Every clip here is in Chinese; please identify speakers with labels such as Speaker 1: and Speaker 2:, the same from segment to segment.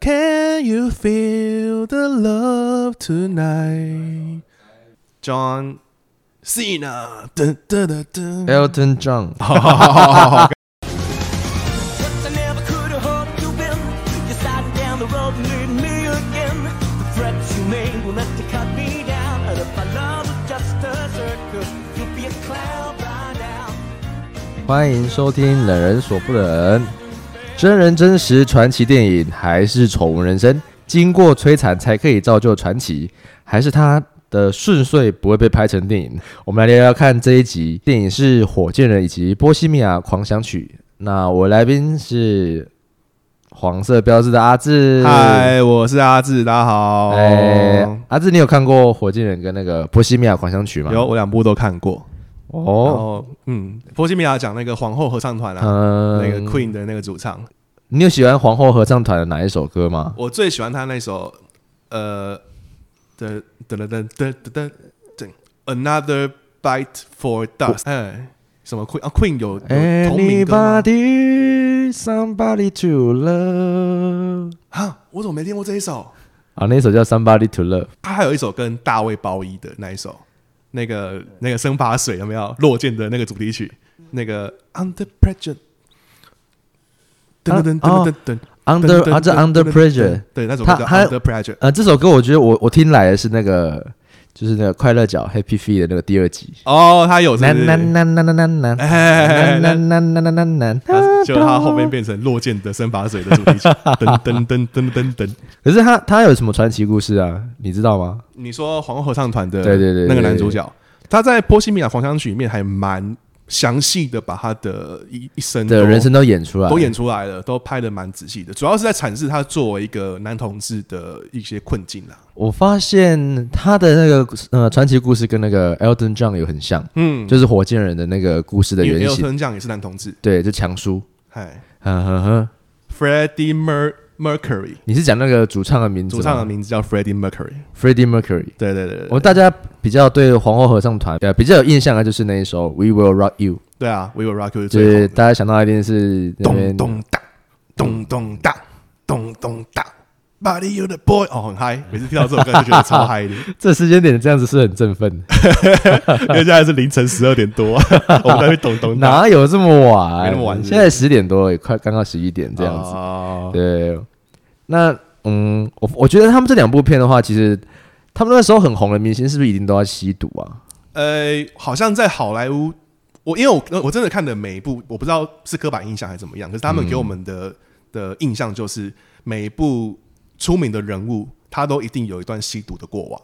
Speaker 1: Can you feel the love tonight? John Cena，噔噔噔噔。
Speaker 2: Elton John，
Speaker 3: I never could have hoped to win. You're sliding down the road and leading me again. The threats you made will let you cut me down. And if my love was just a circus, you'd be a clown by now.
Speaker 2: 欢迎收听《冷人所不冷》，真人真实传奇电影还是丑闻人生？经过摧残才可以造就传奇，还是它的顺遂不会被拍成电影？我们来聊聊看这一集电影是《火箭人》以及《波西米亚狂想曲》。那我来宾是黄色标志的阿志，
Speaker 1: 嗨，我是阿志，大家好。
Speaker 2: 哎，阿志，你有看过《火箭人》跟那个《波西米亚狂想曲》吗？
Speaker 1: 有，我两部都看过。然
Speaker 2: 哦，
Speaker 1: 后，嗯，波西米亚讲那个皇后合唱团啊，
Speaker 2: 嗯，
Speaker 1: 那个 Queen 的那个主唱，
Speaker 2: 你有喜欢皇后合唱团的哪一首歌吗？
Speaker 1: 我最喜欢他那首，呃，的的的的的的的 Another Bite for
Speaker 2: 哦
Speaker 1: Dust，哎，什么 Queen 啊？Queen 有有同名歌吗
Speaker 2: Anybody, somebody to love
Speaker 1: 啊，我怎么没听过这一首？
Speaker 2: 啊，那一首叫 Somebody to Love。
Speaker 1: 他还有一首跟大卫鲍伊的那一首，那个那个生发水有没有？落剑的那个主题曲，那个 Under Pressure，噔噔噔噔噔噔
Speaker 2: Under 啊，这 Under Pressure，
Speaker 1: 对，那首歌
Speaker 2: 他
Speaker 1: 叫
Speaker 2: 他
Speaker 1: Under Pressure，
Speaker 2: 呃，这首歌我觉得我我听来的是那个，就是那个快乐角 Happy Feet 的那个第二集。
Speaker 1: 哦，他有是
Speaker 2: 呐
Speaker 1: 不是
Speaker 2: 呐呐呐呐呐呐
Speaker 1: 哎哎哎哎
Speaker 2: 呐呐呐呐呐呐。
Speaker 1: 他就他后面变成落剑的生发水的主题曲，噔噔噔噔噔噔。
Speaker 2: 可是他他有什么传奇故事啊？你知道吗？
Speaker 1: 你说皇后合唱团的
Speaker 2: 对对对
Speaker 1: 那个男主角，他在《波西米亚狂想曲》里面还蛮详细的把他的一一生
Speaker 2: 的
Speaker 1: 都
Speaker 2: 人生都演出来，
Speaker 1: 都演出来了，都拍的蛮仔细的，主要是在阐释他作为一个男同志的一些困境啊啦。
Speaker 2: 我发现他的那个呃传奇故事跟那个 Elton John 有很像，
Speaker 1: 嗯，
Speaker 2: 就是火箭人的那个故事的
Speaker 1: 因为
Speaker 2: 原
Speaker 1: Elton
Speaker 2: 型，
Speaker 1: John 也是男同志，
Speaker 2: 对，就强叔。
Speaker 1: 嗨
Speaker 2: 呵呵呵，
Speaker 1: ，Freddie Mer Mercury，
Speaker 2: 你是讲那个主唱的名字
Speaker 1: 主
Speaker 2: 吗？
Speaker 1: 唱的名字叫 Freddie Mercury，
Speaker 2: Freddie Mercury。
Speaker 1: 对对对
Speaker 2: 我
Speaker 1: 对，
Speaker 2: 大家比较对皇后合唱团呃比较有印象的就是那一首《We Will Rock You》，
Speaker 1: 对啊，We Will Rock You 是
Speaker 2: 就
Speaker 1: 最
Speaker 2: 是
Speaker 1: 红的
Speaker 2: 大家想到一定是那边
Speaker 1: 咚咚哒，咚咚哒，咚咚哒，Body You the Boy，哦，很嗨，每次听到这首歌就觉得超嗨的。
Speaker 2: 这时间点这样子是很振奋，
Speaker 1: 因为现在是凌晨十二点 多，我们在那边咚咚打
Speaker 2: 哪有这么晚？
Speaker 1: 没那么晚是不是哦
Speaker 2: 现在十点多，也快刚刚十一点这样子。
Speaker 1: 子。
Speaker 2: 对，那嗯，我我觉得他们这两部片的话，其实他们那时候很红的明星是不是一定都要吸毒啊？
Speaker 1: 呃，好像在好莱坞，我因为我我真的看的每一部，我不知道是刻板印象还是怎么样，可是他们给我们的、
Speaker 2: 嗯
Speaker 1: 的印象就是每一部出名的人物，他都一定有一段吸毒的过往。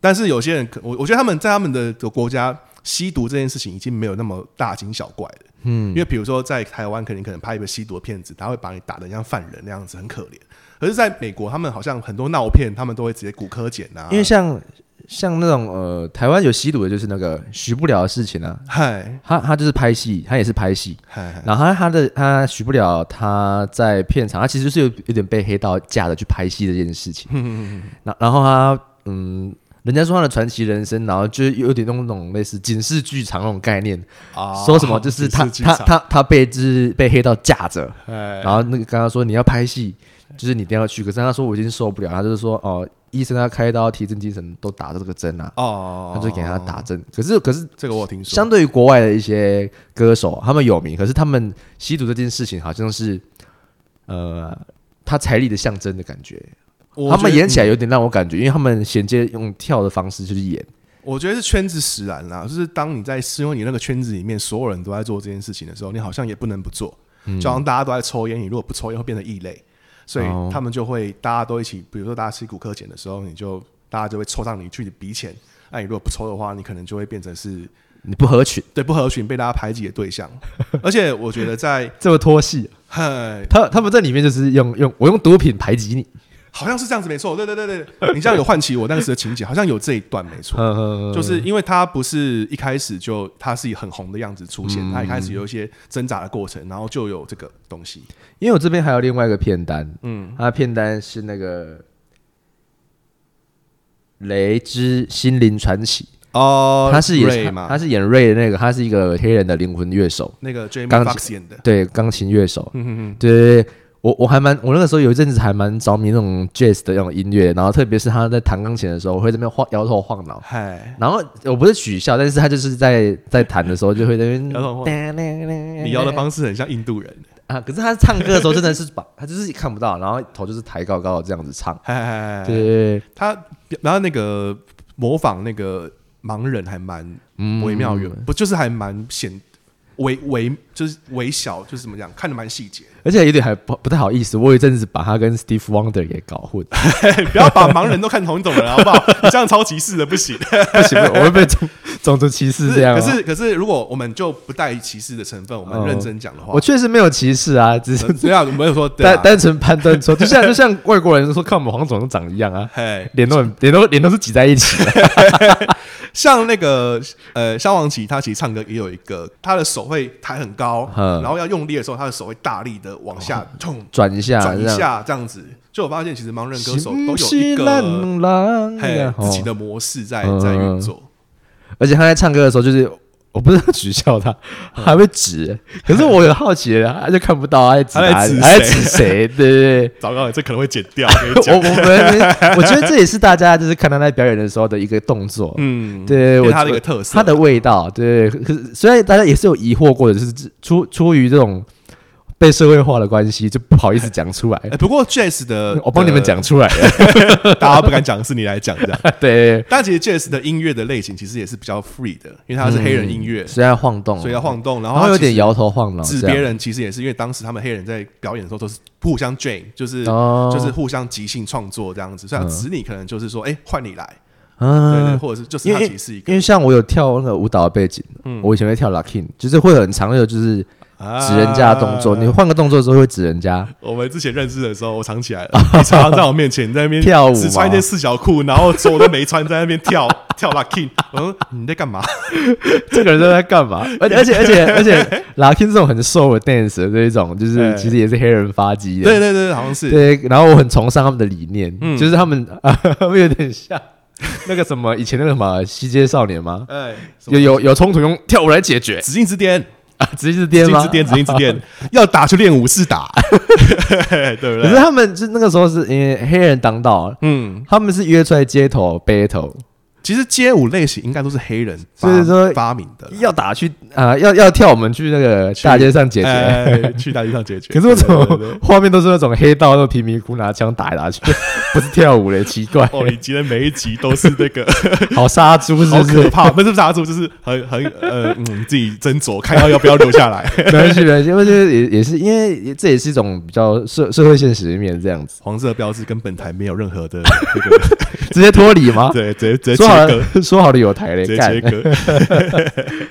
Speaker 1: 但是有些人可，我我觉得他们在他们的的国家，吸毒这件事情已经没有那么大惊小怪了。嗯，因为比如说在台湾，可能可能拍一个吸毒的片子，他会把你打得像犯人那样子，很可怜。可是，在美国，他们好像很多闹片，他们都会直接骨科检啊，
Speaker 2: 因为像像那种呃，台湾有吸毒的，就是那个许不了的事情啊。
Speaker 1: 嗨
Speaker 2: 他他就是拍戏，他也是拍戏，
Speaker 1: 嗨嗨，
Speaker 2: 然后他他的他许不了他在片场，他其实就是有有点被黑道架着去拍戏这件事情。然然后他嗯，人家说他的传奇人生，然后就是有点用那种类似警示剧场那种概念，
Speaker 1: 啊
Speaker 2: 说什么就是他他他他被就是被黑道架着，
Speaker 1: 哎
Speaker 2: 然后那个跟他说你要拍戏，就是你一定要去，可是他说我已经受不了，他就是说哦，医生要开刀提振精神，都打这个针啊，
Speaker 1: 哦，
Speaker 2: 他就给他打针，可是可是
Speaker 1: 这个我有听说，
Speaker 2: 相对于国外的一些歌手，他们有名，可是他们吸毒这件事情好像是，呃，他财力的象征的感觉。
Speaker 1: 我
Speaker 2: 他们
Speaker 1: 觉得
Speaker 2: 演起来有点让我感觉，因为他们衔接用跳的方式就是演，
Speaker 1: 我觉得是圈子使然啦，就是当你在适用你那个圈子里面，所有人都在做这件事情的时候，你好像也不能不做。
Speaker 2: 嗯
Speaker 1: 就好像大家都在抽烟，你如果不抽烟会变成异类，所以
Speaker 2: 哦
Speaker 1: 他们就会大家都一起，比如说大家吃骨科碱的时候，你就大家就会抽上你去你鼻钱。那、你如果不抽的话，你可能就会变成是
Speaker 2: 你不合群，
Speaker 1: 对不合群、被大家排挤的对 象。而且我觉得在，
Speaker 2: 这么拖
Speaker 1: 啊
Speaker 2: 戏。
Speaker 1: 嗨，
Speaker 2: 他他们在里面就是用用我用毒品排挤你，
Speaker 1: 好像是这样子，没错，对对对对，你这样有唤起我当时的情节，好像有这一段没错。
Speaker 2: 嗯，
Speaker 1: 就是因为他不是一开始就他是以很红的样子出
Speaker 2: 嗯
Speaker 1: 现，他一开始有一些挣扎的过程，然后就有这个东西。
Speaker 2: 因为我这边还有另外一个片单，
Speaker 1: 嗯，
Speaker 2: 他的片单是那个《雷之心灵传奇》。
Speaker 1: 哦
Speaker 2: 他是
Speaker 1: 瑞
Speaker 2: 演
Speaker 1: 嘛，
Speaker 2: 他
Speaker 1: 他
Speaker 2: 是演 Ray 的那个，他是一个黑人的灵魂乐手，
Speaker 1: 那个 Jamie
Speaker 2: 钢
Speaker 1: Foxx 演的，
Speaker 2: 对，钢琴乐手。
Speaker 1: 嗯嗯嗯，
Speaker 2: 对对对，我我还蛮我那个时候有一阵子还蛮着迷那种 jazz 的那种音乐，然后特别是他在弹钢琴的时候，我会这边晃摇头晃脑。
Speaker 1: 嗨，
Speaker 2: 然后我不是取笑，但是他就是在在弹的时候就会在那
Speaker 1: 摇头晃
Speaker 2: 边，
Speaker 1: 你摇的方式很像印度人，
Speaker 2: 啊，可是他唱歌的时候真的是把 他就是看不到，然后头就是抬高高的这样子唱，
Speaker 1: 嗨嗨嗨嗨，
Speaker 2: 对，
Speaker 1: 他然后那个模仿那个盲人还蛮
Speaker 2: 嗯
Speaker 1: 微妙远，不就是还蛮显微微就是微小，就是怎么讲，看的蛮细节的。
Speaker 2: 而且有点还不不太好意思，我有一阵子把他跟 Steve Wonder 给搞混，
Speaker 1: 不要把盲人都看同一种人，好不好？ 你这样超歧视的，不 行。
Speaker 2: 不行，我会被种种族歧视这样、
Speaker 1: 可
Speaker 2: 啊。哦
Speaker 1: 是可是，如果我们就不带歧视的成分，我们认真讲的话，
Speaker 2: 我确实没有歧视啊，只 是
Speaker 1: 呃对啊，我没有说对
Speaker 2: 单
Speaker 1: 啊，
Speaker 2: 单纯判断说，就 像就像外国人说看我们黄种人长一样啊，
Speaker 1: 嘿，
Speaker 2: 脸都很脸都脸都是挤在一起的。
Speaker 1: 像那个呃，萧煌奇他其实唱歌也有一个，他的手会抬很高，
Speaker 2: 嗯哦
Speaker 1: 然后要用力的时候，他的手会大力的往下痛
Speaker 2: 转一下，
Speaker 1: 转一
Speaker 2: 这样，
Speaker 1: 下，这样子。就我发现，其实盲人歌手都有
Speaker 2: 是
Speaker 1: 一
Speaker 2: 不是
Speaker 1: 个
Speaker 2: 烂狼
Speaker 1: 嘿
Speaker 2: 呀
Speaker 1: 自己
Speaker 2: 哦
Speaker 1: 的模式在
Speaker 2: 嗯
Speaker 1: 在运作。
Speaker 2: 而且他在唱歌的时候，就是我不是要取笑他，
Speaker 1: 嗯
Speaker 2: 还会指，可是我很好奇，他就看不到，他在指
Speaker 1: 他在
Speaker 2: 哪里
Speaker 1: 指
Speaker 2: 还在
Speaker 1: 谁
Speaker 2: 指谁？对对对。
Speaker 1: 糟糕，这可能会剪掉。我跟你
Speaker 2: 我
Speaker 1: 讲
Speaker 2: 我们我觉得这也是大家就是看他在表演的时候的一个动作，
Speaker 1: 嗯，给
Speaker 2: 对，我
Speaker 1: 他的一
Speaker 2: 我
Speaker 1: 个特色
Speaker 2: 它的味道，对。可是虽然大家也是有疑惑过的，就是出出于这种被社会化的关系，就不好意思讲出来。
Speaker 1: 哎不过 Jazz 的，
Speaker 2: 我帮你们讲出来了，
Speaker 1: 的， 大家不敢讲，是你来讲这样。
Speaker 2: 对，
Speaker 1: 但其实 Jazz 的音乐的类型其实也是比较 free 的，因为
Speaker 2: 嗯
Speaker 1: 它是黑人音乐，
Speaker 2: 虽然晃动，
Speaker 1: 所以要，晃动，然
Speaker 2: 然
Speaker 1: 后
Speaker 2: 后
Speaker 1: 它
Speaker 2: 有
Speaker 1: 其实
Speaker 2: 点摇头晃脑，
Speaker 1: 指
Speaker 2: 这
Speaker 1: 别
Speaker 2: 样。
Speaker 1: 人其实也是因为当时他们黑人在表演的时候都是互相 j a m 就是、
Speaker 2: 哦
Speaker 1: 就是互相即兴创作这样子，所以他指你可能就是说，哎、换你来，对对
Speaker 2: 嗯，
Speaker 1: 或者是就是
Speaker 2: 因
Speaker 1: 他
Speaker 2: 为
Speaker 1: 其实是一
Speaker 2: 因
Speaker 1: 个
Speaker 2: 为像我有跳那个舞蹈的背景，我以前会跳 locking，就是会很常有就是指人家的动作，
Speaker 1: 啊
Speaker 2: 你换个动作之后会指人家，
Speaker 1: 我们之前认识的时候，我藏起来了，你常常在我面前在那边
Speaker 2: 跳舞吗
Speaker 1: 只穿一件四角裤，然后说我都没穿，在那边跳跳 lucky，我说嗯你在干嘛？
Speaker 2: 这个人在干嘛？而且而且而且而且 locking 这种很瘦的 dance 的这一种，就是
Speaker 1: 哎
Speaker 2: 其 实也是黑人发迹的，
Speaker 1: 对对对，好像是
Speaker 2: 对，然后我很崇尚他们的理念，就是他们啊，他们有点像那个什么以前那个什么西街少年吗？
Speaker 1: 哎，什么
Speaker 2: 有有有冲突用跳舞来解决
Speaker 1: 指定之巅，
Speaker 2: 啊，直接是
Speaker 1: 指
Speaker 2: 颠
Speaker 1: 定
Speaker 2: 吗？
Speaker 1: 之巅，指定之巅，要打就练武士 打，对不
Speaker 2: 可是
Speaker 1: 对？
Speaker 2: 他们是那个时候是因为黑人当道，
Speaker 1: 嗯，
Speaker 2: 他们是约出来街头 battle，
Speaker 1: 其实街舞类型应该都是黑人发，
Speaker 2: 所以说
Speaker 1: 发明的啦，
Speaker 2: 要打去啊，要要跳我们去那个大街上解决。
Speaker 1: 哎去大街上解决。
Speaker 2: 可是我怎么
Speaker 1: 对对对
Speaker 2: 画面都是那种黑道那种贫民窟拿枪打来打去， 不是 跳舞嘞，奇怪，
Speaker 1: 哦，你今天每一集都是那个
Speaker 2: 好杀猪 是
Speaker 1: 好
Speaker 2: 不
Speaker 1: 可
Speaker 2: 是？
Speaker 1: 怕，不是杀猪，就是很很呃，嗯，自己斟酌看要要不要留下来。
Speaker 2: 没关系，没关系，因为这也也是因为这也是一种比较社社会现实一面这样 子，
Speaker 1: 黄色标志跟本台没有任何的这个，
Speaker 2: 直接脱离吗？
Speaker 1: 对，直接直接
Speaker 2: 说
Speaker 1: 切
Speaker 2: 好
Speaker 1: 割，
Speaker 2: 了， 说好了有台嘞
Speaker 1: 直，接
Speaker 2: 干
Speaker 1: 切！割。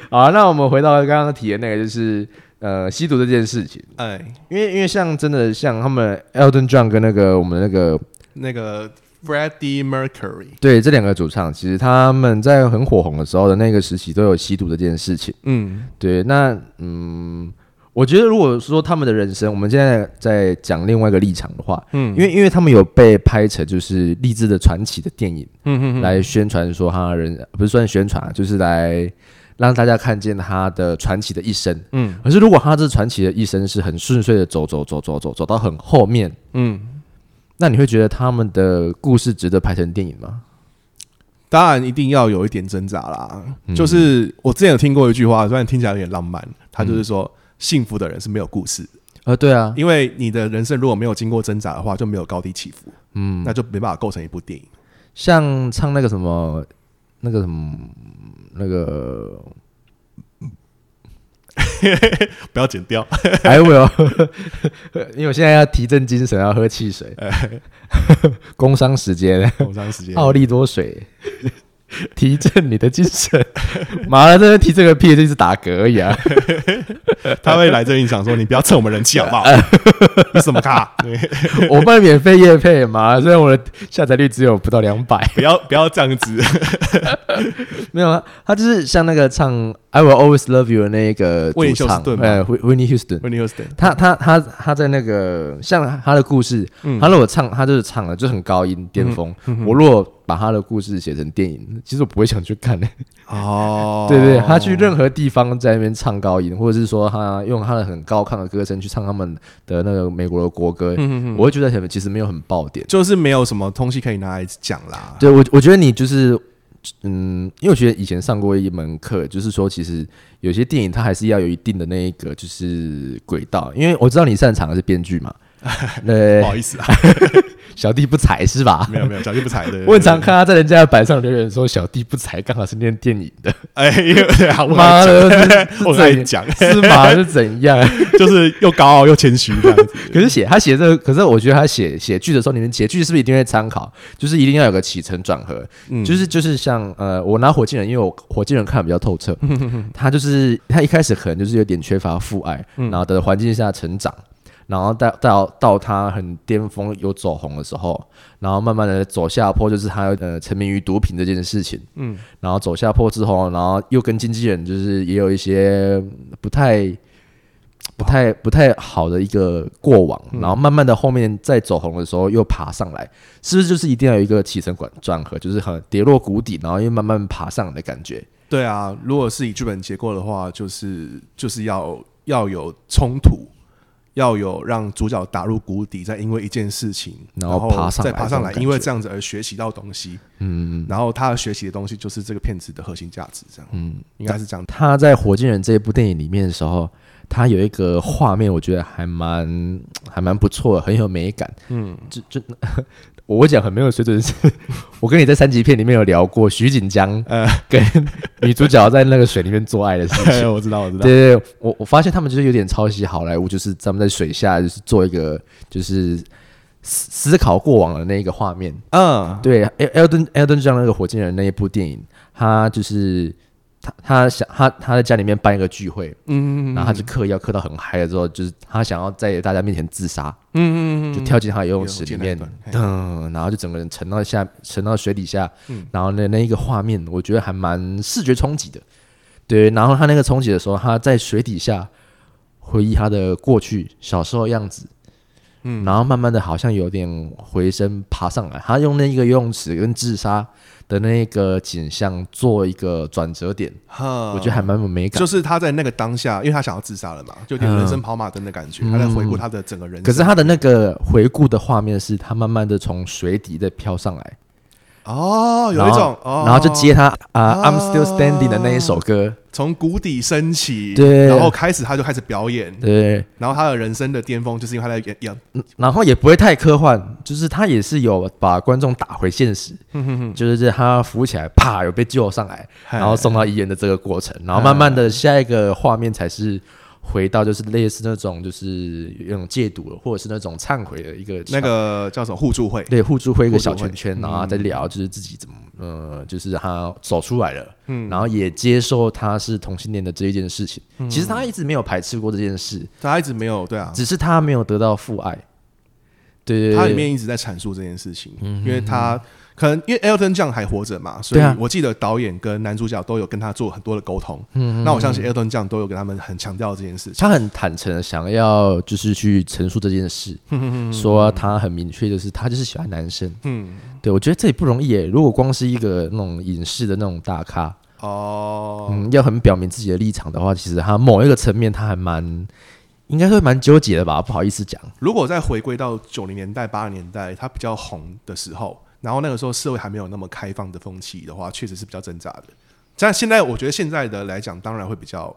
Speaker 2: 好啊，那我们回到刚刚提的那个，就是呃，吸毒这件事情，
Speaker 1: 哎，
Speaker 2: 因为因为像真的像他们 Elton John 跟那个我们那个
Speaker 1: 那个 Freddie Mercury，
Speaker 2: 对这两个主唱，其实他们在很火红的时候的那个时期都有吸毒这件事情。
Speaker 1: 嗯，
Speaker 2: 对，那嗯，我觉得如果说他们的人生，我们现在在讲另外一个立场的话，嗯，因为因为他们有被拍成就是励志的传奇的电影，嗯嗯，来宣传说他的人不是算宣传啊，就是来让大家看见他的传奇的一生，嗯，可是如果他这传奇的一生是很顺遂的走走走走走走到很后面，嗯，那你会觉得他们的故事值得拍成电影吗？
Speaker 1: 当然一定要有一点挣扎啦。就是我之前有听过一句话，虽然听起来有点浪漫，他就是说。幸福的人是没有故事的，
Speaker 2: 呃，对啊，
Speaker 1: 因为你的人生如果没有经过挣扎的话，就没有高低起伏，嗯，那就没办法构成一部电影。
Speaker 2: 像唱那个什么，那个什么，那个
Speaker 1: 不要剪掉，
Speaker 2: I will，因 为我现在要提振精神，要喝汽水。
Speaker 1: 哎
Speaker 2: 工伤时间，
Speaker 1: 工伤时间。
Speaker 2: 奥利多水，提振你的精神。妈的，真的提这个屁，就是打嗝而已啊！
Speaker 1: 他会来这里想说：“你不要蹭我们人气 好不好？你什么咖？对
Speaker 2: 我卖免费夜配嘛，虽然我的下载率只有不到两百，
Speaker 1: 不要不要这样子。
Speaker 2: 没有啊。他就是像那个唱《I Will Always Love You》的那个
Speaker 1: 威
Speaker 2: 主
Speaker 1: 廉休斯
Speaker 2: 唱，
Speaker 1: 顿吗
Speaker 2: 呃，威威尼休斯顿
Speaker 1: w h i。t n e Houston，
Speaker 2: 他他他他在那个像他的故事，他如果唱，他就是唱了，就是很高音巅峰。我如果把他的故事写成电影，其实我不会想去看、欸。
Speaker 1: 哦
Speaker 2: 对对，他去任何地方在那边唱高音，或者是说说他用他的很高亢的歌声去唱他们的那个美国的国歌，我会觉得很其实没有很爆点。
Speaker 1: 就是没有什么东西可以拿来讲啦。
Speaker 2: 对我，我觉得你就是，嗯，因为我觉得以前上过一门课，就是说，其实有些电影它还是要有一定的那一个就是轨道，因为我知道你擅长的是编剧嘛，
Speaker 1: 不
Speaker 2: 对，
Speaker 1: 好意思啊，
Speaker 2: 小弟不才是吧？
Speaker 1: 没有没有，小弟不才的。
Speaker 2: 我很常看他在人家的板上留言说小弟不才，刚好是念电影的，
Speaker 1: 哎，对啊，我
Speaker 2: 妈
Speaker 1: 来
Speaker 2: 的，是
Speaker 1: 我来讲
Speaker 2: 是怎是吗？是怎样？
Speaker 1: 讲 就是又高傲又谦虚这样子。
Speaker 2: 可是写他写这个，可是我觉得他写写剧的时候，你们写剧是不是一定会参考？就是一定要有个起承转合，就是就是像呃，我拿火箭人，因为我火箭人看的比较透彻，他就是他一开始可能就是有点缺乏父爱，然后的环境下成长。然后到到到他很巅峰有走红的时候，然后慢慢的走下坡，就是他呃沉迷于毒品这件事情，嗯，然后走下坡之后，然后又跟经纪人就是也有一些不太不太不太好的一个过往，然后慢慢的后面再走红的时候又爬上来，是不是就是一定要有一个起承转转合，就是很跌落谷底，然后又慢慢爬上来的感觉？
Speaker 1: 对啊，如果是以剧本结构的话，就是就是要要有冲突，要有让主角打入谷底，再因为一件事情，
Speaker 2: 然
Speaker 1: 然
Speaker 2: 后爬上来
Speaker 1: 再爬上来，
Speaker 2: 这种感觉
Speaker 1: 因为这样子而学习到东西。嗯，然后他学习的东西就是这个片子的核心价值，这样。嗯，应该是这样。
Speaker 2: 他在《火箭人》这一部电影里面的时候，他有一个画面，我觉得还蛮还蛮不错的，很有美感。嗯，就就 我讲很没有水准是， 我跟你在三级片里面有聊过徐锦江
Speaker 1: 呃
Speaker 2: 跟女主角在那个水里面做爱的事 情。
Speaker 1: 我知道，我知道。
Speaker 2: 对对，对我我发现他们就是有点抄袭好莱坞，就是咱们在水下就是做一个就是思思考过往的那一个画面。
Speaker 1: 嗯，
Speaker 2: 对，El-，Elton Elton John 那个火箭人那一部电影，他就是他他想他他在家里面办一个聚会，嗯然后他就嗑药嗑到很嗨了之后，就是他想要在大家面前自杀，嗯嗯就跳进他的游泳池里面
Speaker 1: 有我记得，
Speaker 2: 噔，然后就整个人沉到下沉到水底下，然后那那一个画面，我觉得还蛮视觉冲击的，对，然后他那个冲击的时候，他在水底下回忆他的过去小时候的样子，嗯，然后慢慢的好像有点回升爬上来，他用那一个游泳池跟自杀的那个景象做一个转折点，
Speaker 1: 哈
Speaker 2: 我觉得还蛮有美感。
Speaker 1: 就是他在那个当下，因为他想要自杀了嘛，就有点人生跑马灯的感觉。他在回顾他的整个人生。
Speaker 2: 嗯可是他的那个回顾的画面是，他慢慢的从水底再飘上来，
Speaker 1: 哦，有
Speaker 2: 然
Speaker 1: 一
Speaker 2: 后
Speaker 1: 种，哦、
Speaker 2: 然后就接他啊，I'm still standing 的那一首歌，
Speaker 1: 从谷底升起，
Speaker 2: 对
Speaker 1: 然后开始他就开始表演，
Speaker 2: 对，
Speaker 1: 然后他的人生的巅峰就是因为他在演演
Speaker 2: 然后也不会太科幻，就是他也是有把观众打回现实，
Speaker 1: 嗯
Speaker 2: 就是他浮起来，啪，有被救上来，
Speaker 1: 嗨
Speaker 2: 然后送到医院的这个过程，然后慢慢
Speaker 1: 嗯
Speaker 2: 的下一个画面才是回到就是类似那种就是有种戒毒了，或者是那种忏悔的一个
Speaker 1: 那个叫什么互助会，
Speaker 2: 对互助会一个
Speaker 1: 互助
Speaker 2: 小
Speaker 1: 会嗯
Speaker 2: 圈圈，然后再聊就是自己怎么呃，就是他走出来了，
Speaker 1: 嗯
Speaker 2: 然后也接受他是同性恋的这一件事情，其实他一直没有排斥过这件事，
Speaker 1: 他一直没有对啊，
Speaker 2: 只是他没有得到父爱。对对对，嗯
Speaker 1: 他里面一直在阐述这件事情，因为他可能因为 Elton 酱还活着嘛，所
Speaker 2: 对
Speaker 1: 以
Speaker 2: 啊
Speaker 1: 我记得导演跟男主角都有跟他做很多的沟通，
Speaker 2: 嗯
Speaker 1: 那我相信 Elton 酱都有跟他们很强调这件事情，
Speaker 2: 他很坦诚，想要就是去陈述这件事，说他很明确，就是他就是喜欢男生。
Speaker 1: 嗯，
Speaker 2: 对我觉得这也不容易耶。如果光是一个那种影视的那种大咖，
Speaker 1: 哦，
Speaker 2: 嗯，要很表明自己的立场的话，其实他某一个层面他还蛮，应该会蛮纠结的吧？不好意思讲，
Speaker 1: 如果再回归到九零年代、八零年代，他比较红的时候，然后那个时候社会还没有那么开放的风气的话，确实是比较挣扎的。但现在我觉得现在的来讲，当然会比较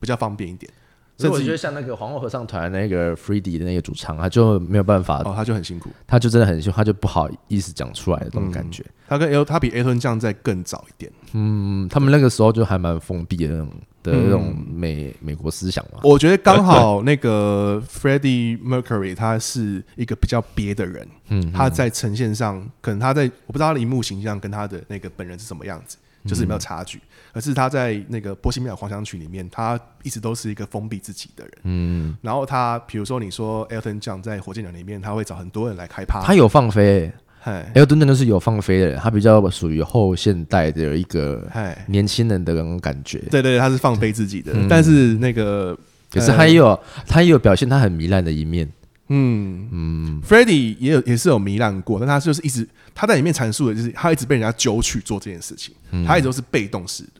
Speaker 1: 比较方便一点，
Speaker 2: 所
Speaker 1: 甚
Speaker 2: 以我觉得
Speaker 1: 至
Speaker 2: 像那个皇后合唱团那个 f r e d d y 的那个主唱，他就没有办法，
Speaker 1: 哦，他就很辛苦。
Speaker 2: 他就真的很凶，他就不好意思讲出来的那种感觉。
Speaker 1: 他跟 L 他比 A 吞酱再更早一点，
Speaker 2: 嗯，他们那个时候就还蛮封闭的那种的那种美、美国思想嘛。
Speaker 1: 我觉得刚好那个 Freddie Mercury 他是一个比较憋的人，嗯，他在呈现上，可能他在我不知道他的荧幕形象跟他的那个本人是什么样子，就是有没有差距。可是他在那个《波西米亚狂想曲》里面，他一直都是一个封闭自己的人，嗯。然后他比如说你说 Elton John 在《火箭人》里面，他会找很多人来开趴，
Speaker 2: 他有放飞、
Speaker 1: 嗨
Speaker 2: 欸、，Elton John 就是有放飞的人，他比较属于后现代的一个
Speaker 1: 嗨，
Speaker 2: 年轻人的那种感觉。
Speaker 1: 对对对，他是放飞自己的，但是那个呃
Speaker 2: 可是他也有，他也有表现他很糜烂的一面。
Speaker 1: 嗯嗯 f r e d d y 也有也是有糜烂过，但他就是一嗯直他在里面阐述的就是他一直被人家揪去做这件事情，他一直都是被动式的，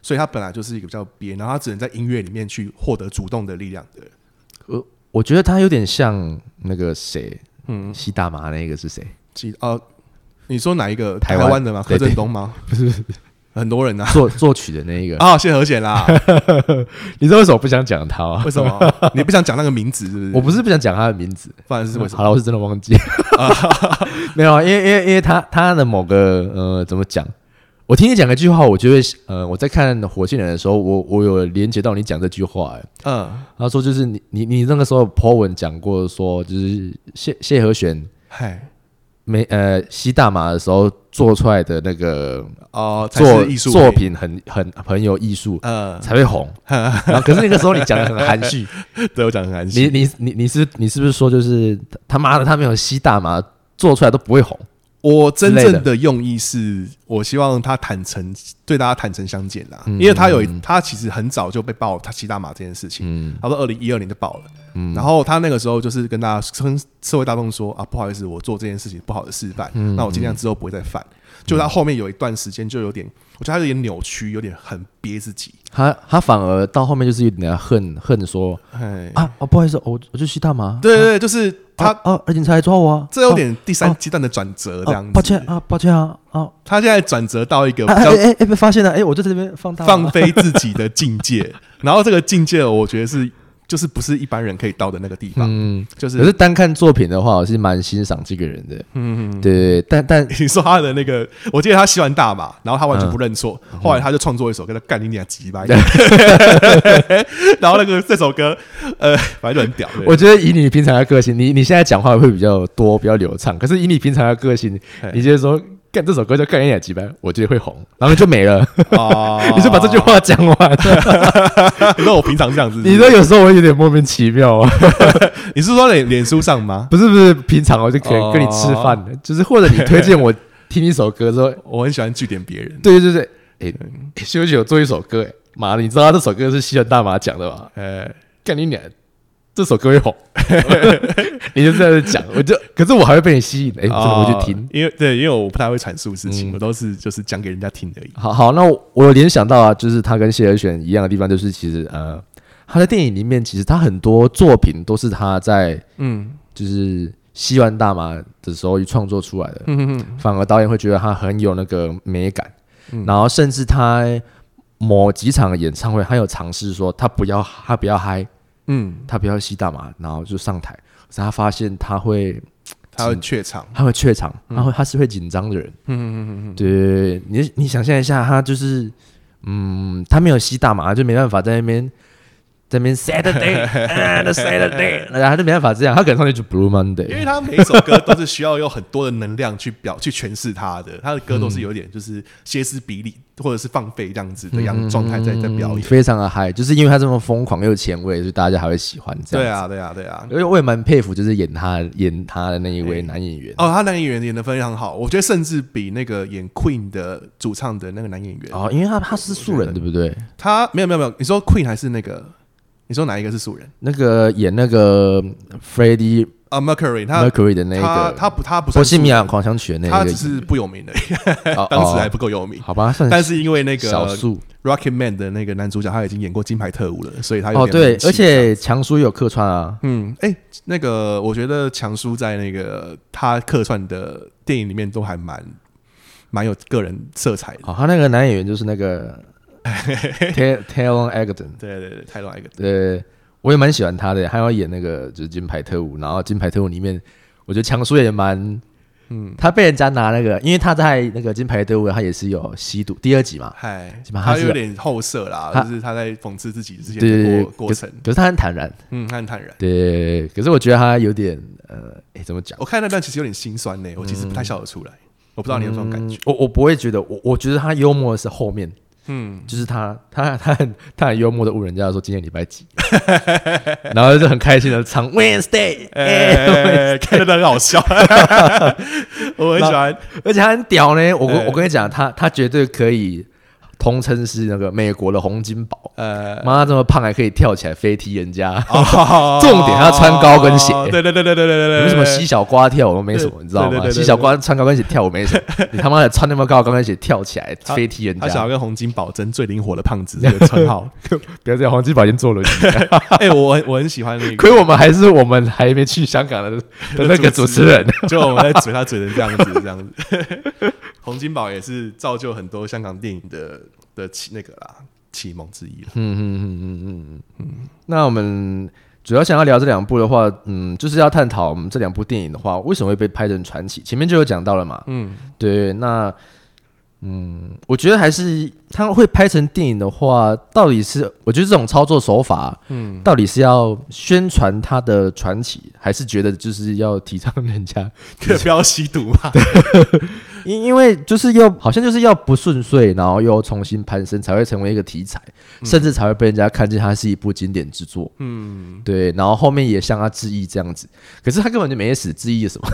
Speaker 1: 所以他本来就是一个比较憋，然后他只能在音乐里面去获得主动的力量的人。
Speaker 2: 我我觉得他有点像那个谁，
Speaker 1: 嗯，
Speaker 2: 吸大麻那个是谁？
Speaker 1: 其呃，你说哪一个
Speaker 2: 台
Speaker 1: 台
Speaker 2: 湾
Speaker 1: 湾的吗？
Speaker 2: 对
Speaker 1: 何
Speaker 2: 对
Speaker 1: 振东吗？ 不是，很多人呐、
Speaker 2: 作 作曲的那一个。
Speaker 1: 啊。啊，谢和弦 啦，
Speaker 2: 你知道为什么我不想讲他吗
Speaker 1: 为？什么？你不想讲那个名字是不是？
Speaker 2: 我不是不想讲他的名 字，
Speaker 1: 不然是为什么？
Speaker 2: 好了，我是真的忘记， 没有啊，因为因为因为他他的某个呃怎么讲？我听你讲一句话，我就会呃我在看《火星人》的时候，我我有连接到你讲这句话、欸，
Speaker 1: 嗯，
Speaker 2: 他说就是你你你那个时候 po 文讲过说，就是谢谢和弦
Speaker 1: 嗨，
Speaker 2: 没呃吸大麻的时候做出来的那个
Speaker 1: 哦，才
Speaker 2: 作
Speaker 1: 是艺术
Speaker 2: 作
Speaker 1: 品，
Speaker 2: 品很很很有艺术。
Speaker 1: 嗯，
Speaker 2: 才会 红，然后可是那个时候你讲的很含蓄，
Speaker 1: 对我讲得很安
Speaker 2: 你
Speaker 1: 心。
Speaker 2: 你你你 是你是不是说就是他妈的他没有吸大麻做出来都不会红？
Speaker 1: 我真
Speaker 2: 之类的
Speaker 1: 正的用意是，我希望他坦诚对大家坦诚相见啦，
Speaker 2: 嗯
Speaker 1: 因为他有一他其实很早就被爆他吸大麻这件事情，
Speaker 2: 嗯
Speaker 1: 差不多二零一二年就爆了。然后他那个时候就是跟大家跟社会大众说啊，不好意思，我做这件事情不好的示范，
Speaker 2: 嗯
Speaker 1: 那我尽量之后不会再犯。就他后面有一段时间就有点，我觉得他有点扭曲，有点很憋自己。
Speaker 2: 他他反而到后面就是有点恨恨说
Speaker 1: 哎，
Speaker 2: 啊哦不好意思，我我就吸大麻，
Speaker 1: 对对对，就是他
Speaker 2: 啊啊，而警察来抓我啊，
Speaker 1: 这有点第
Speaker 2: 哦
Speaker 1: 三阶段的转折
Speaker 2: 啊
Speaker 1: 这样子。
Speaker 2: 啊抱歉，啊抱歉啊啊，
Speaker 1: 他现在转折到一个比
Speaker 2: 哎
Speaker 1: 较
Speaker 2: 哎哎哎被发现了，哎我就在这边放大麻
Speaker 1: 放飞自己的境 界，然后这个境界我觉得是就是不是一般人可以到的那个地方，
Speaker 2: 嗯，
Speaker 1: 就
Speaker 2: 可是
Speaker 1: 是
Speaker 2: 单看作品的话，我是蛮欣赏这个人的，嗯对对，对但但
Speaker 1: 你说他的那个，我记得他吸完大
Speaker 2: 嗯
Speaker 1: 麻，然后他完全不认错，后来他就创作一首歌叫《干你娘鸡 巴》， 然后那个这首歌呃反正就很屌，对
Speaker 2: 我觉得以你平常的个性，你你现在讲话会比较多，比较流畅，可是以你平常的个性
Speaker 1: 嘿，
Speaker 2: 你就是说。干这首歌叫《干你俩几班》，我觉得会红，然后就没了。
Speaker 1: 哦
Speaker 2: 你就把这句，话讲完。
Speaker 1: 你啊说我平常这样子，
Speaker 2: 你说有时候我有点莫名其妙啊，
Speaker 1: 你是说脸脸书上吗？
Speaker 2: 不是不是，平常我就可以
Speaker 1: 哦
Speaker 2: 跟你吃饭的，就是或者你推荐我听一首歌之 后，
Speaker 1: 我很喜欢据点别人，
Speaker 2: 对对对对，哎、
Speaker 1: 嗯
Speaker 2: 欸，修修有做一首歌、欸，妈的，你知道这首歌是西安大麻讲的吧？
Speaker 1: 呃，
Speaker 2: 干你娘，这首歌 会红， 你就这样子讲，我就，可是我还会被你吸引，哎、欸，真的会
Speaker 1: 哦
Speaker 2: 去听。嗯
Speaker 1: 因为对，因为我不太会阐述事情，我都是就是讲给人家听而已。
Speaker 2: 好好，那我我联想到啊，就是他跟谢和弦一样的地方，就是其实呃，他在电影里面，其实他很多作品都是他在
Speaker 1: 嗯
Speaker 2: 就是吸完大麻的时候创作出来的，
Speaker 1: 嗯嗯
Speaker 2: 反而导演会觉得他很有那个美感，
Speaker 1: 嗯
Speaker 2: 然后甚至他某几场演唱会，他有尝试说他不要他不要嗨，
Speaker 1: 嗯。
Speaker 2: 他不要吸大麻，然后就上台，可是他发现他会
Speaker 1: 他会怯场。
Speaker 2: 他会怯场，他会他是会紧张的人，
Speaker 1: 嗯嗯嗯嗯嗯，
Speaker 2: 对对对，你你想象一下，他就是嗯，他没有吸大麻，就没办法在那边。在那边 Saturday and Saturday，然后他就没办法这样，他可能上去就 Blue Monday，
Speaker 1: 因为 他每一首歌都是需要有很多的能量去表去诠释他的，他的歌都是
Speaker 2: 嗯
Speaker 1: 有点就是歇斯底里或者是放飞这样子的样状态在在表
Speaker 2: 嗯
Speaker 1: 演。
Speaker 2: 非常的嗨，就是因为他这么疯狂又前卫，所以大家还会喜欢这
Speaker 1: 对
Speaker 2: 样。
Speaker 1: 啊，对啊，对啊。
Speaker 2: 对啊，我也蛮佩服，就是演他演他的那一位男演员。
Speaker 1: 哦，他男演员演的非常好，我觉得甚至比那个演 Queen 的主唱的那个男演员，
Speaker 2: 哦，因为他他是素人，对不对？
Speaker 1: 他没有没有没有，你说 Queen 还是那个，你说哪一个是素人
Speaker 2: 那个演那个 Freddie
Speaker 1: 啊？Mercury，他
Speaker 2: Mercury 的那
Speaker 1: 他
Speaker 2: 个
Speaker 1: 他不他不
Speaker 2: 波
Speaker 1: 算
Speaker 2: 西
Speaker 1: 素
Speaker 2: 米亚
Speaker 1: 人，
Speaker 2: 狂想曲的那
Speaker 1: 他
Speaker 2: 个
Speaker 1: 只
Speaker 2: 演
Speaker 1: 是
Speaker 2: 员，
Speaker 1: 不有名的，
Speaker 2: 哦
Speaker 1: 当时还
Speaker 2: 哦
Speaker 1: 不够有名。
Speaker 2: 好吧，算
Speaker 1: 但是因为那个
Speaker 2: 少数
Speaker 1: Rocket Man 的那个男主角，他已经演过《金牌特务》了，所以他有
Speaker 2: 哦，
Speaker 1: 点
Speaker 2: 对
Speaker 1: 名，气
Speaker 2: 而且强叔有客串啊。
Speaker 1: 嗯，哎、那个我觉得强叔在那个他客串的电影里面都还蛮蛮有个人色彩的。
Speaker 2: 哦，他那个男演员就是 那个 Ta- Taron Egerton，
Speaker 1: 对对对，泰罗埃格，
Speaker 2: 呃，我也蛮喜欢他的，他要演那个就是《金牌特务》，然后《金牌特务》里面，我觉得强叔也蛮，嗯，他被人家拿那个，因为他在那个《金牌特务》他也是有吸毒，第二集嘛，
Speaker 1: 嗨
Speaker 2: 基，本上
Speaker 1: 他
Speaker 2: 他是
Speaker 1: 有点后色啦，
Speaker 2: 他
Speaker 1: 就是他在讽刺自己之前
Speaker 2: 对
Speaker 1: 的
Speaker 2: 对对，
Speaker 1: 过
Speaker 2: 可
Speaker 1: 过程，
Speaker 2: 可是他很坦然，
Speaker 1: 嗯，他很坦然。
Speaker 2: 对对，对可是我觉得他有点，呃，哎，怎么讲？
Speaker 1: 我看那段其实有点心酸呢、我其实不太
Speaker 2: 嗯
Speaker 1: 笑得出来，我不知道你有没有这种感觉。
Speaker 2: 我我不会觉得，我我觉得他幽默的是后面，
Speaker 1: 嗯，
Speaker 2: 就是他他他很他很幽默的问人家说今天礼拜几，然后就很开心的唱 Wednesday，哎
Speaker 1: 哎，看得很好笑， 我很喜欢。
Speaker 2: 而且他很屌呢，我跟
Speaker 1: 哎
Speaker 2: 我跟你讲，他他绝对可以通称是那个美国的洪金宝。
Speaker 1: 呃，
Speaker 2: 妈这么胖还可以跳起来飞踢人家，
Speaker 1: 哦
Speaker 2: 重点他穿高跟鞋
Speaker 1: 对对对对对对对对，
Speaker 2: 你为什么西小瓜跳我没什么，
Speaker 1: 对
Speaker 2: 你知道
Speaker 1: 对对
Speaker 2: 吗？
Speaker 1: 对对
Speaker 2: 西小瓜穿高跟鞋跳我没什么，你他妈的穿那么高的高跟鞋跳起来
Speaker 1: 他
Speaker 2: 飞踢人
Speaker 1: 他想要
Speaker 2: 家，
Speaker 1: 跟洪金宝争最灵活的胖子这个称号。
Speaker 2: 不要这样，黄金宝已经坐轮椅了。
Speaker 1: 哎、我很我很喜欢那个，
Speaker 2: 亏我们还是我们还没去香港的 的那个主持人，
Speaker 1: 就我们在嘴他嘴成这样子，这样子。 洪金宝也是造就很多香港电影的的启那个啦启蒙之一了。
Speaker 2: 嗯那我们主要想要聊这两部的话，嗯，就是要探讨我们这两部电影的话，为什么会被拍成传奇？前面就有讲到了嘛，嗯，对，那嗯，我觉得还是他会拍成电影的话，到底是我觉得这种操作手法，嗯，到底是要宣传他的传奇，还是觉得就是要提倡人家？
Speaker 1: 不要吸毒嘛，
Speaker 2: 因因为就是要好像就是要不顺遂，然后又重新攀升，才会成为一个题材，甚至才会被人家看见它是一部经典之作。嗯，对，然后后面也向他致意这样子，可是他根本就没死，致意什么？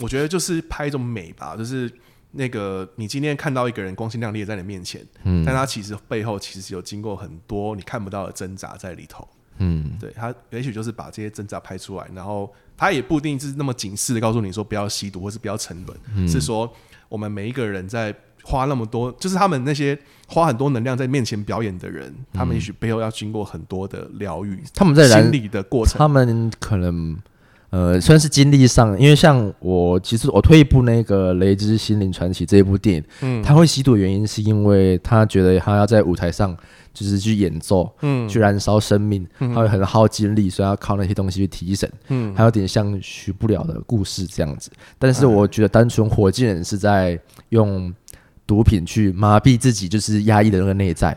Speaker 1: 我觉得就是拍一种美吧，就是那个你今天看到一个人光鲜亮丽地在你面前，但他其实背后其实有经过很多你看不到的挣扎在里头。
Speaker 2: 嗯，
Speaker 1: 对他，也许就是把这些挣扎拍出来，然后他也不一定是那么警示的告诉你说不要吸毒或是不要沉沦，是说我们每一个人在花那么多，就是他们那些花很多能量在面前表演的人，他们也许背后要经过很多的疗愈，
Speaker 2: 他们在燃
Speaker 1: 心理的过程。
Speaker 2: 他们可能呃，算是经历上，因为像我，其实我退一步，那个《雷之心灵传奇》这一部电影，嗯，他会吸毒的原因是因为他觉得他要在舞台上就是去演奏，嗯，去燃烧生命，他会很耗精力，所以要靠那些东西去提神，嗯，哎还有点像许不了的故事这样子。但是我觉得单纯火箭人是在用毒品去麻痹自己，就是压抑的那个内在。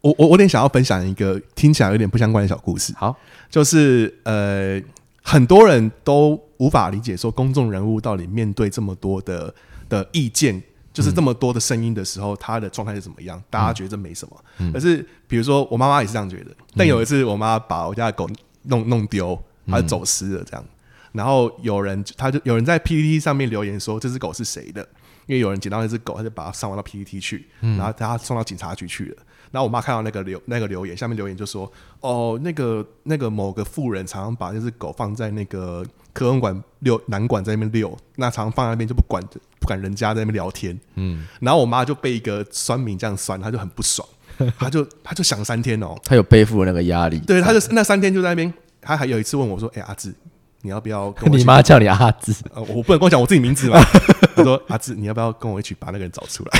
Speaker 1: 我我我有点想要分享一个听起来有点不相关的小故事，
Speaker 2: 好，
Speaker 1: 就是呃，很多人都无法理解说公众人物到底面对这么多的的意见，就是这么多的声音的时候，他的状态是怎么样？大家觉得这没什么，可是比如说我妈妈也是这样觉得，嗯但有一次我妈把我家的狗弄弄丢，它走失了这样，然后有人他就有人在 PPT 上面留言说这只狗是谁的。因为有人捡到那只狗，他就把它上完到 PPT 去，
Speaker 2: 嗯
Speaker 1: 然后他送到警察局去了。然后我妈看到那个留那个留言，下面留言就说：“哦，那个那个某个富人常常把那只狗放在那个科文馆遛南馆在那边遛，那常常放在那边就不管不管人家在那边聊天。”嗯，然后我妈就被一个酸民这样酸，她就很不 爽，她就她就想三天哦，
Speaker 2: 他有背负了那个压力。
Speaker 1: 对，她就那三天就在那边，她还有一次问我说：“哎、阿志，你要不要跟我
Speaker 2: 你
Speaker 1: 去
Speaker 2: 妈叫你阿志，
Speaker 1: 呃，我不能光讲我自己名字嘛。他说：“阿志，你要不要跟我一起把那个人找出来？”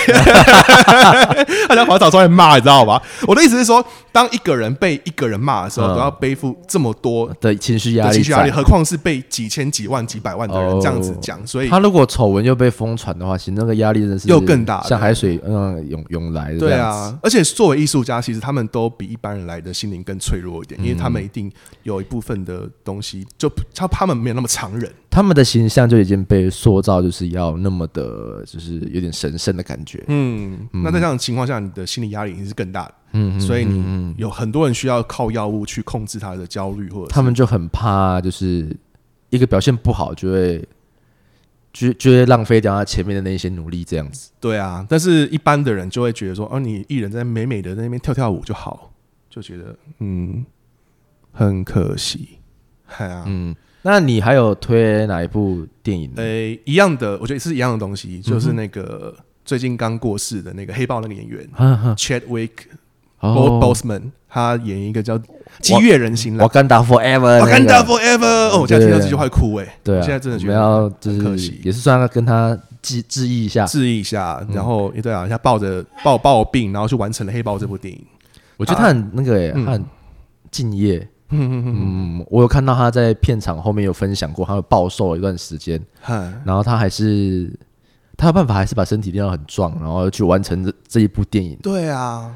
Speaker 1: 他想把他找出来骂，你知道吧？我的意思是说，当一个人被一个人骂的时候，
Speaker 2: 嗯
Speaker 1: 都要背负这么多
Speaker 2: 的情绪压
Speaker 1: 的
Speaker 2: 力
Speaker 1: 情绪压力，
Speaker 2: 在哦
Speaker 1: 何况是被几千、几万、几百万的人这样子讲，所以
Speaker 2: 他如果丑闻又被疯传的话，其实那个压力真的是
Speaker 1: 又更大
Speaker 2: 像海水嗯涌涌来的这
Speaker 1: 对
Speaker 2: 样子。
Speaker 1: 啊。而且作为艺术家，其实他们都比一般人来的心灵更脆弱一点，因为他
Speaker 2: 嗯
Speaker 1: 们一定有一部分的东西，就他他们没有那么常人。
Speaker 2: 他们的形象就已经被塑造，就是要那么的，就是有点神圣的感觉。
Speaker 1: 嗯，那在这样的情况下，你的心理压力一定是更大的。嗯，所以你有很多人需要靠药物去控制他的焦虑，或者是
Speaker 2: 他们就很怕，就是一个表现不好就会。就就会浪费掉他前面的那些努力，这样子。
Speaker 1: 对啊。但是一般的人就会觉得说，哦、你艺人在美美的在那边跳跳舞就好，就觉得嗯，很可惜。哎啊，嗯，
Speaker 2: 那你还有推哪一部电影呢？
Speaker 1: 呃，一样的，我觉得是一样的东西，
Speaker 2: 嗯
Speaker 1: 就是那个最近刚过世的那个黑豹那个演员 Chadwick
Speaker 2: 啊哦
Speaker 1: Boseman，他演一个叫《激越人心》啦
Speaker 2: 瓦。干达 Forever，
Speaker 1: 我
Speaker 2: 那
Speaker 1: 看
Speaker 2: 个
Speaker 1: 到 forever，哦，我现在听到这句话会哭哎、
Speaker 2: 对啊，
Speaker 1: 我现在真的觉
Speaker 2: 我
Speaker 1: 得
Speaker 2: 们要就
Speaker 1: 很可
Speaker 2: 是
Speaker 1: 惜，
Speaker 2: 也是算要跟他致致意一下。
Speaker 1: 致意一下，
Speaker 2: 嗯
Speaker 1: 然后也对啊，他抱着抱抱病，然后去完成了《黑豹》这部电 影。
Speaker 2: 我觉得他很那个、欸，他很敬业。嗯嗯嗯，我有看到他在片场后面有分享过，他有暴瘦了一段时间，
Speaker 1: 哼，
Speaker 2: 然后他还是他有办法，还是把身体练到很壮，然后去完成这这一部电影。
Speaker 1: 对啊，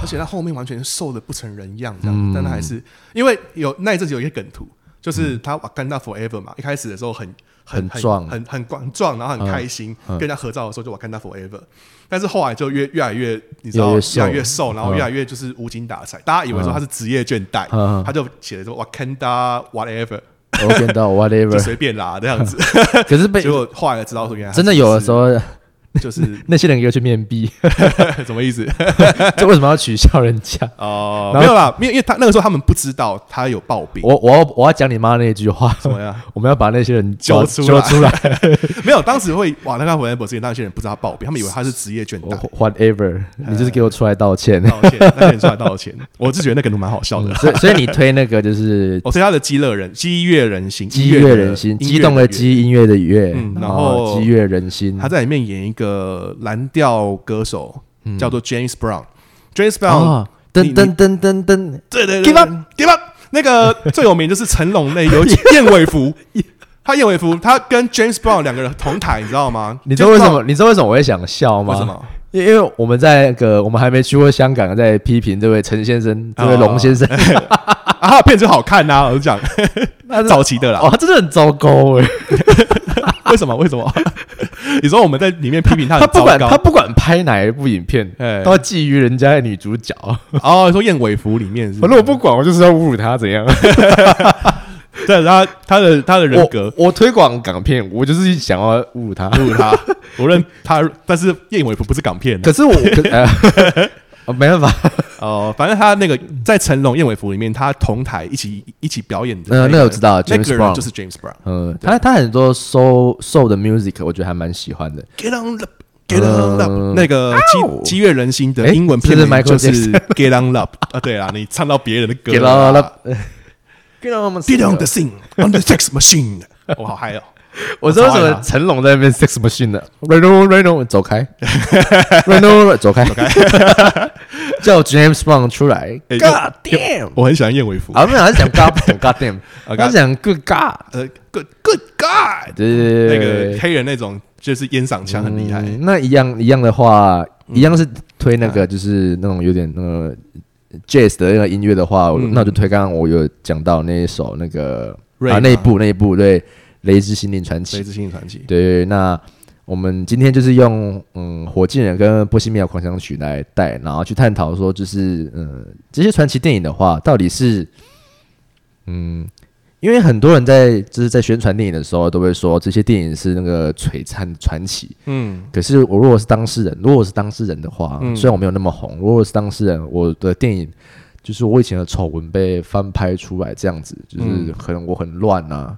Speaker 1: 而且他后面完全瘦的不成人样，这样，
Speaker 2: 嗯
Speaker 1: 但他还是因为有那一阵子有一个梗图，就是他《Wakanda Forever》嘛，一开始的时候很
Speaker 2: 很壮嗯
Speaker 1: 很很很壮，然后很开心，跟人家合照的时候就《Wakanda Forever》，但是后来就越越来越你知
Speaker 2: 越来
Speaker 1: 道
Speaker 2: 越
Speaker 1: 越来越
Speaker 2: 瘦
Speaker 1: 瘦，然后
Speaker 2: 嗯
Speaker 1: 越来越就是无精打采，大家以为说他是职业倦怠
Speaker 2: 嗯嗯，
Speaker 1: 他就写了说《Wakanda Whatever》。
Speaker 2: 我看到
Speaker 1: 就
Speaker 2: whatever，
Speaker 1: 随便啦，这样子。
Speaker 2: 可是被
Speaker 1: 结果后来才知道说，原来他
Speaker 2: 真的有的
Speaker 1: 是
Speaker 2: 时候，
Speaker 1: 就是
Speaker 2: 那些人又去面壁，
Speaker 1: 什么意 思？
Speaker 2: 这为什么要取笑人 家？
Speaker 1: 哦、
Speaker 2: 然后
Speaker 1: 没有啦，因为因为他那个时候他们不知道他有暴病，
Speaker 2: 我我要我要讲你妈那句话，
Speaker 1: 怎么样？
Speaker 2: 我们要把那些人
Speaker 1: 揪
Speaker 2: 出
Speaker 1: 出
Speaker 2: 揪
Speaker 1: 来
Speaker 2: 来
Speaker 1: 没有，当时会哇，那他回来博士，那些人不知道他暴病，他们以为他是职业倦
Speaker 2: 我
Speaker 1: 怠。
Speaker 2: ，whatever，你就是给我出来道歉。
Speaker 1: 道歉，那些人出来道 歉，我是觉得那个都蛮好笑的。哦
Speaker 2: 所以所以你推那个就是
Speaker 1: 我所以他的激乐人，激越人心，
Speaker 2: 激
Speaker 1: 音乐
Speaker 2: 越
Speaker 1: 的
Speaker 2: 人心，
Speaker 1: 音乐
Speaker 2: 激动的
Speaker 1: 乐
Speaker 2: 激，音乐的乐，
Speaker 1: 嗯然
Speaker 2: 后
Speaker 1: 后
Speaker 2: 激越人心。
Speaker 1: 他在里面演一个蓝调歌手，
Speaker 2: 嗯
Speaker 1: 叫做 James Brown。James Brown，
Speaker 2: 啊，噔
Speaker 1: 你
Speaker 2: 噔噔噔噔，
Speaker 1: 对 对
Speaker 2: Give
Speaker 1: 对，Give up。那 个最有名就是成龙那有一集燕尾服，他燕尾服，他跟 James Brown 两个人同台，你知道吗？
Speaker 2: 你知道为
Speaker 1: James
Speaker 2: 什
Speaker 1: Brown-
Speaker 2: 么？你知道为什么我会想笑吗？
Speaker 1: 为什么？
Speaker 2: 因因为我们在那个我们还没去过香港，在批评这位陈先生，这位龙先生，
Speaker 1: 啊？他的片子好看呐，我就讲
Speaker 2: 那哦
Speaker 1: 早期的啦。
Speaker 2: 哇，真的很糟糕哎！
Speaker 1: 为什么？为什么？ 你说我们在里面批评他
Speaker 2: 他
Speaker 1: 很
Speaker 2: 不
Speaker 1: 糟
Speaker 2: 管他
Speaker 1: 糕
Speaker 2: 不管拍哪一部影片，
Speaker 1: 哎
Speaker 2: 都要觊觎人家的女主角。
Speaker 1: 哦，你说燕尾服里面是
Speaker 2: 反正 我不管，我就是要侮辱她怎 样？
Speaker 1: 对他他的他的人格
Speaker 2: 我我推广港片，我就是想要侮辱她。
Speaker 1: 侮辱 他，我认他，但是燕尾服不是港片啊
Speaker 2: 可是我 可呃， 哦没办法，
Speaker 1: 哦，反正他那个在成龙《燕尾服》里面，他同台一起一起表演的。
Speaker 2: 呃那个我知道
Speaker 1: 那
Speaker 2: James
Speaker 1: 个
Speaker 2: Brown
Speaker 1: 人就是 James Brown。
Speaker 2: 嗯，他他很多 soul soul 的 music，我觉得还蛮喜欢的。
Speaker 1: Get on up, get on up，、那个激激越人心
Speaker 2: 呃啊哦诶
Speaker 1: 的英文片
Speaker 2: 这是
Speaker 1: 名
Speaker 2: Michael
Speaker 1: 就是
Speaker 2: Jackson
Speaker 1: Get on up 啊，对啦，你唱到别人的歌
Speaker 2: Get
Speaker 1: 啦
Speaker 2: on up,
Speaker 1: 啊
Speaker 2: get on up,
Speaker 1: Get on the thing on the sex machine，我好嗨哦！
Speaker 2: 我知道为什
Speaker 1: 我超爱啊
Speaker 2: 么
Speaker 1: 他
Speaker 2: 成龙在那边 sex machine 的，Reno Reno 走开，Reno 走开，走开， 叫 James Bond 出来
Speaker 1: 诶
Speaker 2: ，God
Speaker 1: 哎又
Speaker 2: damn！
Speaker 1: 我很喜欢燕尾服。
Speaker 2: 啊，没有，他是讲 God，讲 God damn，
Speaker 1: 啊，God
Speaker 2: 他是讲 Good God，
Speaker 1: 呃，Good Good God，
Speaker 2: 对对
Speaker 1: 那
Speaker 2: 对
Speaker 1: 个
Speaker 2: 对，
Speaker 1: 黑人那种就是烟嗓腔很厉害。嗯
Speaker 2: 嗯那一样一样的话，一样是推那个就是那种有点那个 jazz 的那个音乐的话，我
Speaker 1: 嗯
Speaker 2: 那我就推刚刚我有讲到那一首那个
Speaker 1: Rain
Speaker 2: 啊
Speaker 1: 吗
Speaker 2: 那一部那一部对《雷之心灵传奇
Speaker 1: 雷》之星传奇，
Speaker 2: 对，那我们今天就是用嗯《火箭人》跟《波西米亚狂想曲》来带，然后去探讨说，就是嗯这些传奇电影的话，到底是嗯，因为很多人在就是在宣传电影的时候，都会说这些电影是那个璀璨传奇。
Speaker 1: 嗯，
Speaker 2: 可是我如果是当事人，如果我是当事人的话，
Speaker 1: 嗯
Speaker 2: 虽然我没有那么红，如果我是当事人，我的电影就是我以前的丑闻被翻拍出来，这样子，就是
Speaker 1: 嗯
Speaker 2: 可能我很乱啊，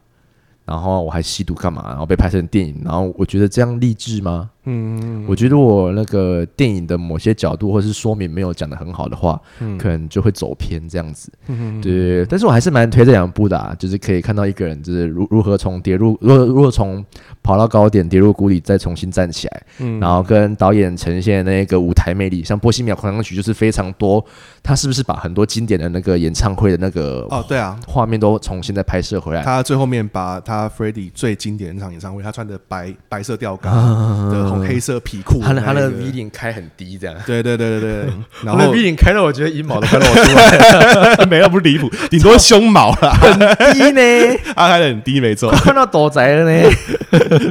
Speaker 2: 然后我还吸毒干嘛，然后被拍成电影，然后我觉得这样励志吗？嗯，我觉得我那个电影的某些角度或是说明没有讲的很好的话，可能就会走偏这样子。对，但是我还是蛮推这两部的、啊，就是可以看到一个人就是如如何从跌入，如何如何从跑到高点跌入谷底再重新站起来，然后跟导演呈现那个舞台魅力，像《波西米亚狂想曲》就是非常多，他是不是把很多经典的那个演唱会的那个
Speaker 1: 哦，对啊，
Speaker 2: 画面都重新再拍摄回来？
Speaker 1: 他最后面把他 f r e d d y 最经典的那场演唱会，他穿的白白色吊杆的红黑色皮裤，
Speaker 2: 啊他的
Speaker 1: 那
Speaker 2: 他的
Speaker 1: 一个
Speaker 2: V 领开很低， 这样。
Speaker 1: 对对对对对，然
Speaker 2: 他的
Speaker 1: 后
Speaker 2: V 领开到我觉得阴毛都快露 出来了，
Speaker 1: 没有不离 谱，顶多胸毛啦，
Speaker 2: 低呢，
Speaker 1: 他开的很低没错
Speaker 2: 快，看到斗宅了呢。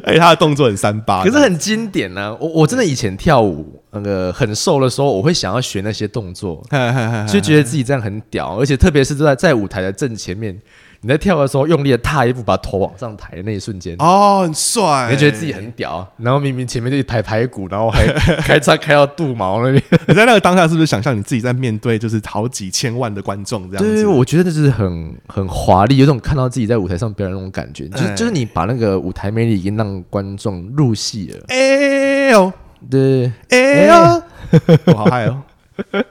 Speaker 1: 而且他的动作很三八，
Speaker 2: 可 是很经典呢、我我真的以前跳舞那个很瘦的时候，我会想要学那些动作，
Speaker 1: 很
Speaker 2: 就觉得自己这样很屌，而且特别是在在舞台的正前面，你在跳的时候用力的踏一步，把头往上抬的那一瞬间。
Speaker 1: 哦很帅，
Speaker 2: 你就觉得自己很屌，然后明明前面就一排排骨，然后 还开叉开到肚毛那边。
Speaker 1: 你在那个当下是不是想象你自己在面对就是好几千万的观众这样
Speaker 2: 对，
Speaker 1: 子？
Speaker 2: 我觉得这就是很很华丽，有种看到自己在舞台上表演那种感觉，就是
Speaker 1: 哎
Speaker 2: 就是你把那个舞台魅力已经让观众入戏了。
Speaker 1: 哎呦
Speaker 2: 对，
Speaker 1: 哎呦， 我好嗨哦，
Speaker 2: 因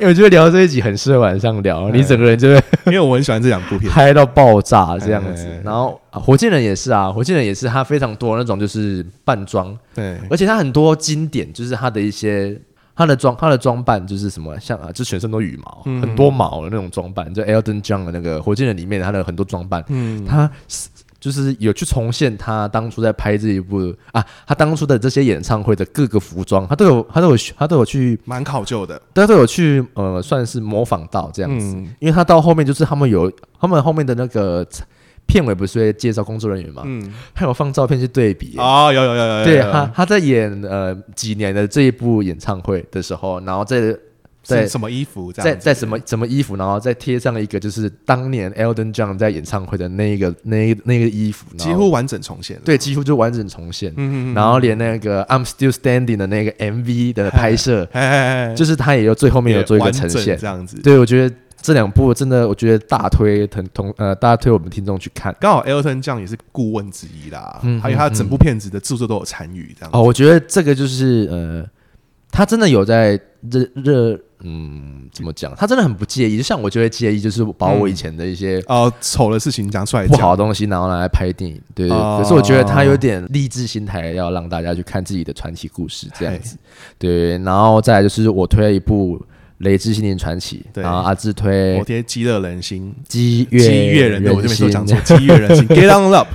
Speaker 2: 为我觉得聊这一集很适合晚上
Speaker 1: 哎
Speaker 2: 聊，你整个人就会
Speaker 1: 因为我很喜欢这两部片，
Speaker 2: 嗨到爆炸这样子
Speaker 1: 哎。
Speaker 2: 然后、啊、火箭人也是啊，火箭人也是，他非常多那种就是扮装，
Speaker 1: 对，
Speaker 2: 而且他很多经典，就是他的一些他的装他的装扮就是什么像啊，就全身都羽毛，
Speaker 1: 嗯
Speaker 2: 很多毛的那种装扮，就 Elton John 的那个火箭人里面他的很多装扮，
Speaker 1: 嗯
Speaker 2: 他是就是有去重现他当初在拍这一部啊，他当初的这些演唱会的各个服装，他都有他都有他都有去
Speaker 1: 蛮考究的，
Speaker 2: 大家都有去呃，算是模仿到这样子，
Speaker 1: 嗯
Speaker 2: 因为他到后面就是他们有他们后面的那个片尾不是会介绍工作人员嘛，
Speaker 1: 嗯，
Speaker 2: 他有放照片去对比、
Speaker 1: 哦，有有有有有，
Speaker 2: 对啊
Speaker 1: 有
Speaker 2: 呃他他在演呃几年的这一部演唱会的时候，然后在在
Speaker 1: 是什么衣服这
Speaker 2: 在
Speaker 1: 样子？
Speaker 2: 在什么什么衣服，然后再贴上一个就是当年 Elton John 在演唱会的那一个那一那个衣服，然后
Speaker 1: 几乎嗯完整重现了。
Speaker 2: 哦对，几乎就完整重现。然后连那个 I'm Still Standing 的那个 MV 的 拍摄，
Speaker 1: 哎，哎，哎
Speaker 2: 就是他也有最后面有做一个呈
Speaker 1: 完整
Speaker 2: 现
Speaker 1: 这。样子。
Speaker 2: 对，我觉得这两部真的，我觉得大推同同呃大推我们听众去看。
Speaker 1: 刚好 Elton 酱也是顾问之一啦，
Speaker 2: 嗯
Speaker 1: 还有他整部片子的制作都有参与，这样子
Speaker 2: 哦，我觉得这个就是呃，他真的有在热热嗯怎么讲？他真的很不介意，就像我就会介意，就是把我以前的一些。
Speaker 1: 哦，丑的事情讲出来
Speaker 2: 不
Speaker 1: 讲，
Speaker 2: 好的东西，然后拿来拍电影，对对对
Speaker 1: 哦
Speaker 2: 可是我觉得他有点励志心态，要让大家去看自己的传奇故事这样子。对，然后再来就是我推了一部《雷之心灵传奇》，
Speaker 1: 对
Speaker 2: 然后阿志推
Speaker 1: 我
Speaker 2: 《
Speaker 1: 贴激乐人心，
Speaker 2: 激越
Speaker 1: 激越人的，我这边都讲 错，激越人心，Get on up。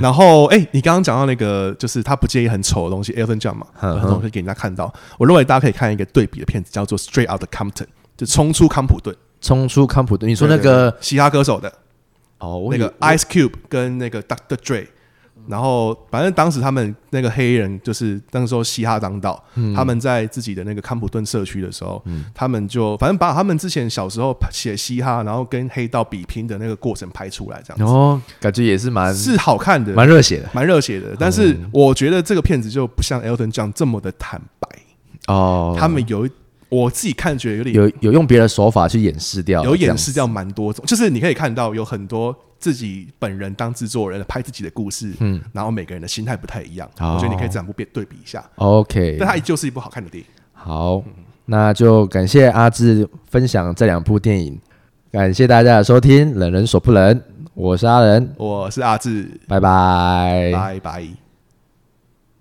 Speaker 1: 然后，哎、你刚刚讲到那个，就是他不介意很丑的东西，Elton John 嘛，
Speaker 2: 嗯
Speaker 1: 很多东西给人家看到。我认为大家可以看一个对比的片子，叫做《Straight Out Compton》，就冲出康普顿。
Speaker 2: 冲出康普顿。你说那
Speaker 1: 对对
Speaker 2: 个
Speaker 1: 对嘻哈歌手的
Speaker 2: 哦，我
Speaker 1: 那
Speaker 2: 以
Speaker 1: 个 Ice Cube 跟那个 Dr. Dre，然后反正当时他们那个黑人就是那时候嘻哈当道，
Speaker 2: 嗯
Speaker 1: 他们在自己的那个康普顿社区的时候，他们就反正把他们之前小时候写嘻哈，然后跟黑道比拼的那个过程拍出来，这样子、
Speaker 2: 哦，感觉也是蛮
Speaker 1: 是好看的，
Speaker 2: 蛮嗯热血的
Speaker 1: 蛮热血的。但是我觉得这个片子就不像 Elton John 这么的坦白，
Speaker 2: 哦。
Speaker 1: 他们有一我自己看觉得有点
Speaker 2: 有有用别的手法去掩饰掉，
Speaker 1: 有
Speaker 2: 这
Speaker 1: 演
Speaker 2: 样
Speaker 1: 示
Speaker 2: 子
Speaker 1: 掉蛮多种，就是你可以看到有很多自己本人当制作人拍自己的故事，嗯，然后每个人的心态不太一样，
Speaker 2: 哦
Speaker 1: 我觉得你可以这两部片对比一下，
Speaker 2: OK，
Speaker 1: 但它依旧是一部好看的电影。
Speaker 2: 好，那就感谢阿志分享这两部电影，感谢大家的收听，冷人所不冷，我是阿仁，
Speaker 1: 我是阿志，
Speaker 2: 拜拜。
Speaker 1: 拜拜。